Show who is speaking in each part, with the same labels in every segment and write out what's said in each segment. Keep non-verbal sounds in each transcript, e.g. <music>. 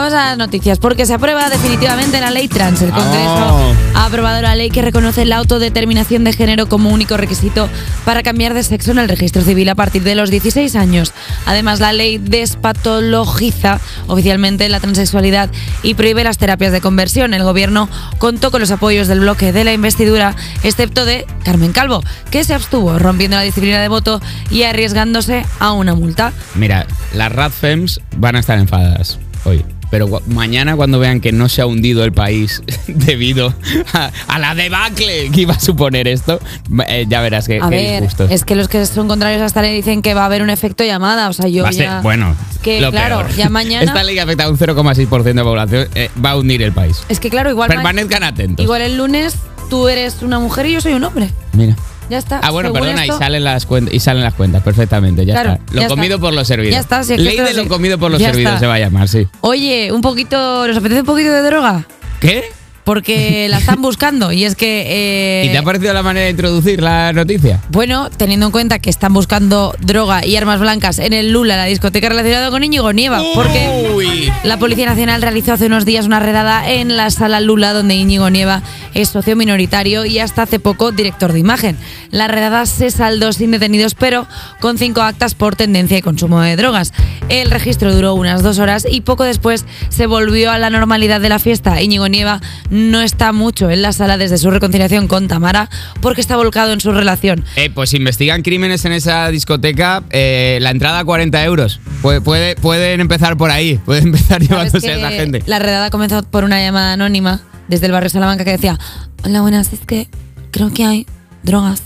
Speaker 1: buenas noticias, porque se aprueba definitivamente la ley trans. El
Speaker 2: Oh.
Speaker 1: Congreso ha aprobado la ley que reconoce la autodeterminación de género como único requisito para cambiar de sexo en el registro civil a partir de los 16 años. Además, la ley despatologiza oficialmente la transexualidad y prohíbe las terapias de conversión. El gobierno contó con los apoyos del bloque de la investidura, excepto de Carmen Calvo, que se abstuvo rompiendo la disciplina de voto y arriesgándose a una multa.
Speaker 2: Mira, las Radfems van a estar enfadadas hoy. Pero gu- mañana cuando vean que no se ha hundido el país <laughs> debido a, a la debacle que iba a suponer esto, eh, ya verás que,
Speaker 1: A
Speaker 2: que
Speaker 1: ver,
Speaker 2: disgustos.
Speaker 1: es que los que son contrarios a esta ley dicen que va a haber un efecto llamada. O sea, yo
Speaker 2: Va a ser-
Speaker 1: ya.
Speaker 2: bueno,
Speaker 1: Es que,
Speaker 2: lo
Speaker 1: claro,
Speaker 2: peor. <laughs>
Speaker 1: ya mañana.
Speaker 2: Esta ley que afecta a un 0,6% de población eh, va a hundir el país.
Speaker 1: Es que, claro, igual. ma-
Speaker 2: Permanezcan atentos.
Speaker 1: Igual el lunes tú eres una mujer y yo soy un hombre.
Speaker 2: Mira.
Speaker 1: Ya está.
Speaker 2: Ah, bueno,
Speaker 1: Según
Speaker 2: perdona,
Speaker 1: esto-
Speaker 2: y salen, las cuentas, y salen las cuentas, perfectamente, ya
Speaker 1: Claro,
Speaker 2: está. Lo
Speaker 1: ya está.
Speaker 2: comido por lo servido.
Speaker 1: Ya está, si es que
Speaker 2: Ley
Speaker 1: esto
Speaker 2: de
Speaker 1: es
Speaker 2: lo
Speaker 1: así.
Speaker 2: comido por lo
Speaker 1: Ya
Speaker 2: servido
Speaker 1: está.
Speaker 2: se va a llamar, sí.
Speaker 1: Oye, un poquito. ¿Nos apetece un poquito de droga?
Speaker 2: ¿Qué?
Speaker 1: Porque la
Speaker 2: <laughs>
Speaker 1: están buscando y es que. eh,
Speaker 2: ¿Y te ha parecido la manera de introducir la noticia?
Speaker 1: Bueno, teniendo en cuenta que están buscando droga y armas blancas en el Lula, la discoteca relacionada con Íñigo Nieva, porque
Speaker 2: Uy.
Speaker 1: la Policía Nacional realizó hace unos días una redada en la sala Lula, donde Íñigo Nieva es socio minoritario y hasta hace poco director de imagen. La redada se saldó sin detenidos, pero con cinco actas por tendencia y consumo de drogas. El registro duró unas dos horas y poco después se volvió a la normalidad de la fiesta. Íñigo Nieva no está mucho en la sala desde su reconciliación con Tamara porque está volcado en su relación.
Speaker 2: Eh, pues investigan crímenes en esa discoteca, eh, la entrada a 40 euros. Puede, puede- pueden empezar por ahí, <laughs> pueden empezar
Speaker 1: Sabes
Speaker 2: llevándose a
Speaker 1: que <laughs>
Speaker 2: esa gente.
Speaker 1: La redada comenzó por una llamada anónima desde el barrio Salamanca que decía: Hola, buenas, es que creo que hay
Speaker 2: <laughs>
Speaker 1: drogas.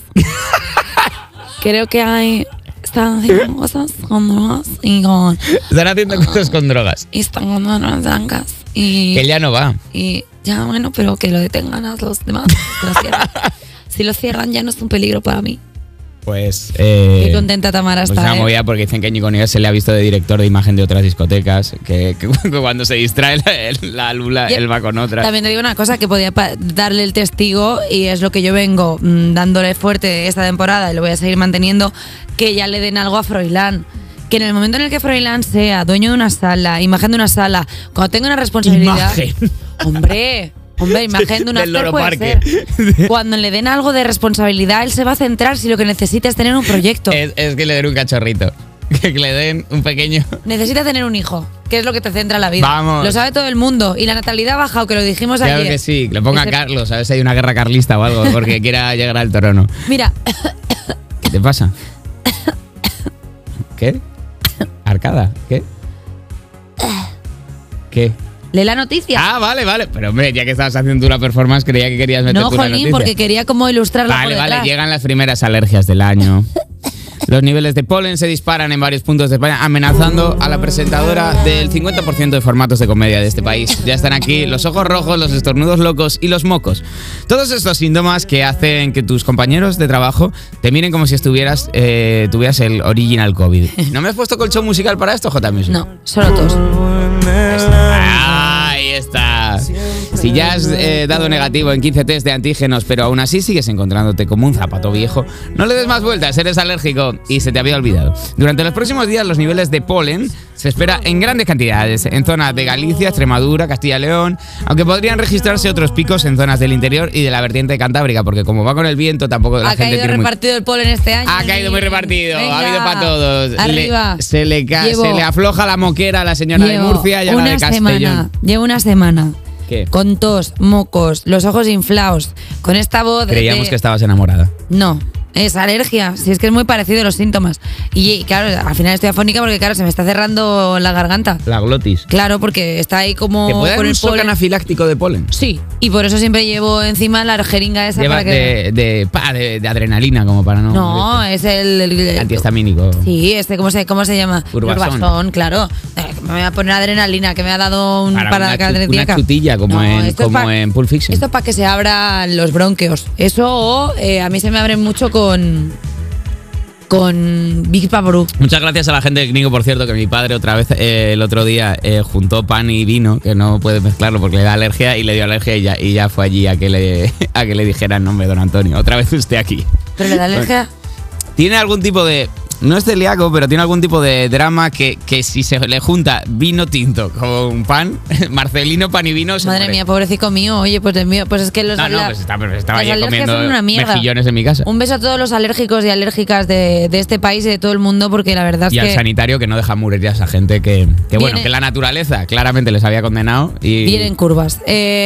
Speaker 1: creo que hay. Están
Speaker 2: ¿Eh?
Speaker 1: haciendo cosas con drogas y con.
Speaker 2: Están haciendo cosas con drogas.
Speaker 1: Y están con armas blancas. Ah. Y.
Speaker 2: Que él ya no va.
Speaker 1: y ya, bueno, pero que lo detengan a los demás. que lo
Speaker 2: <laughs>
Speaker 1: cierren. si lo cierran, ya no es un peligro para mí.
Speaker 2: Pues. eh,
Speaker 1: Qué contenta Tamara
Speaker 2: Pues
Speaker 1: está.
Speaker 2: una
Speaker 1: ¿eh?
Speaker 2: movida porque dicen que Nico Nieves se le ha visto de director de imagen de otras discotecas, que, que <laughs> cuando se distrae la, la lula,
Speaker 1: Ya-
Speaker 2: él va con otra.
Speaker 1: También te digo una cosa que podía pa- darle el testigo y es lo que yo vengo mm, dándole fuerte esta temporada y lo voy a seguir manteniendo, que ya le den algo a Froilán. Que en el momento en el que Froilán sea dueño de una sala, imagen de una sala, cuando tenga una responsabilidad...
Speaker 2: Imagen.
Speaker 1: Hombre,
Speaker 2: <laughs>
Speaker 1: hombre, imagen de una
Speaker 2: Del Loro
Speaker 1: puede
Speaker 2: Parque.
Speaker 1: ser. Cuando le den algo de responsabilidad, él se va a centrar si lo que necesita es tener un proyecto.
Speaker 2: Es, es que le den un cachorrito. <laughs> Que le den un pequeño.
Speaker 1: Necesita tener un hijo, que es lo que te centra la vida.
Speaker 2: Vamos.
Speaker 1: Lo sabe todo el mundo. Y la natalidad ha bajado, que lo dijimos
Speaker 2: Claro
Speaker 1: ayer.
Speaker 2: que sí, que le ponga
Speaker 1: Ese-
Speaker 2: Carlos, a ver si hay una guerra carlista o algo,
Speaker 1: <laughs>
Speaker 2: porque quiera llegar al trono.
Speaker 1: Mira,
Speaker 2: ¿Qué te pasa? ¿Qué? ¿Arcada? ¿Qué? ¿Qué?
Speaker 1: lee la noticia.
Speaker 2: Ah, vale, vale. Pero hombre, ya que estabas haciendo una performance, creía que querías meter
Speaker 1: No,
Speaker 2: tú una
Speaker 1: Jolín,
Speaker 2: noticia.
Speaker 1: porque quería como ilustrarla
Speaker 2: Vale,
Speaker 1: por
Speaker 2: vale,
Speaker 1: detrás.
Speaker 2: llegan las primeras alergias del año. Los niveles de polen se disparan en varios puntos de España, amenazando a la presentadora del 50% de formatos de comedia de este país. Ya están aquí los ojos rojos, los estornudos locos y los mocos. Todos estos síntomas que hacen que tus compañeros de trabajo te miren como si estuvieras, eh, tuvieras el original COVID. ¿No me has puesto colchón musical para esto, J. Music?
Speaker 1: No, solo tos.
Speaker 2: Ahí está. Si ya has eh, dado negativo en 15 test de antígenos, pero aún así sigues encontrándote como un zapato viejo, no le des más vueltas, eres alérgico y se te había olvidado. Durante los próximos días los niveles de polen se espera en grandes cantidades en zonas de Galicia, Extremadura, Castilla y León, aunque podrían registrarse otros picos en zonas del interior y de la vertiente cantábrica, porque como va con el viento tampoco la
Speaker 1: Ha
Speaker 2: gente
Speaker 1: caído
Speaker 2: tiene muy-
Speaker 1: repartido el polen este año.
Speaker 2: ha caído muy
Speaker 1: Jolín.
Speaker 2: repartido, ha
Speaker 1: Venga,
Speaker 2: habido para todos. Le-
Speaker 1: Arriba.
Speaker 2: se, le ca-
Speaker 1: Llevo-
Speaker 2: se le afloja la moquera a la señora de
Speaker 1: llevo
Speaker 2: Murcia y a la
Speaker 1: una
Speaker 2: de Castellón.
Speaker 1: semana. Llevo una semana.
Speaker 2: ¿Qué?
Speaker 1: Con tos, mocos, los ojos inflados, con esta voz. de-
Speaker 2: Creíamos
Speaker 1: de-
Speaker 2: que estabas enamorada.
Speaker 1: No, es alergia. Si es que es muy parecido los síntomas. Y claro, al final estoy afónica porque, claro, se me está cerrando la garganta.
Speaker 2: La glotis.
Speaker 1: Claro, porque está ahí como
Speaker 2: ¿Te puede dar
Speaker 1: con
Speaker 2: un
Speaker 1: el
Speaker 2: shock
Speaker 1: polen.
Speaker 2: anafiláctico de polen?
Speaker 1: Sí, y por eso siempre llevo encima la jeringa esa
Speaker 2: Lleva
Speaker 1: para que.
Speaker 2: de, de, pa, de- de adrenalina como para no...
Speaker 1: No,
Speaker 2: morirte.
Speaker 1: es el, el- el-
Speaker 2: Antihistamínico.
Speaker 1: Sí, este, ¿cómo se, cómo se llama?
Speaker 2: Urbazón.
Speaker 1: claro. Eh, Me voy a poner adrenalina, que me ha dado un
Speaker 2: Para una chu-
Speaker 1: cardíaca.
Speaker 2: una chutilla, como en-
Speaker 1: esto es
Speaker 2: como
Speaker 1: pa-
Speaker 2: en Pulp Fiction.
Speaker 1: Esto es para que se abran los bronquios. Eso o eh, a mí se me abren mucho con. con Big Pabru.
Speaker 2: Muchas gracias a la gente de Cnigo, por cierto, que mi padre otra vez eh, el otro día eh, juntó pan y vino, que no puede mezclarlo porque le da alergia y le dio alergia y ya, y ya fue allí a que le, <laughs> a que le dijeran, nombre, don Antonio, otra vez usted aquí.
Speaker 1: Pero le da alergia.
Speaker 2: ¿Tiene algún tipo de no es celíaco, pero tiene algún tipo de drama que, que si se le junta vino tinto con pan, <laughs> Marcelino pan y vino se
Speaker 1: Madre
Speaker 2: muere.
Speaker 1: mía, pobrecito mío. Oye, pues el mío. Pues es que los
Speaker 2: No, no,
Speaker 1: ala-
Speaker 2: pues está- pues estaba
Speaker 1: las
Speaker 2: yo
Speaker 1: alergias
Speaker 2: comiendo
Speaker 1: son una mierda.
Speaker 2: mejillones en mi casa.
Speaker 1: Un beso a todos los alérgicos y alérgicas de, de este país y de todo el mundo, porque la verdad es
Speaker 2: Y al
Speaker 1: que.
Speaker 2: sanitario que no deja murir a esa gente que, que bueno,
Speaker 1: Viene-
Speaker 2: que la naturaleza claramente les había condenado y...
Speaker 1: Vienen curvas. Eh,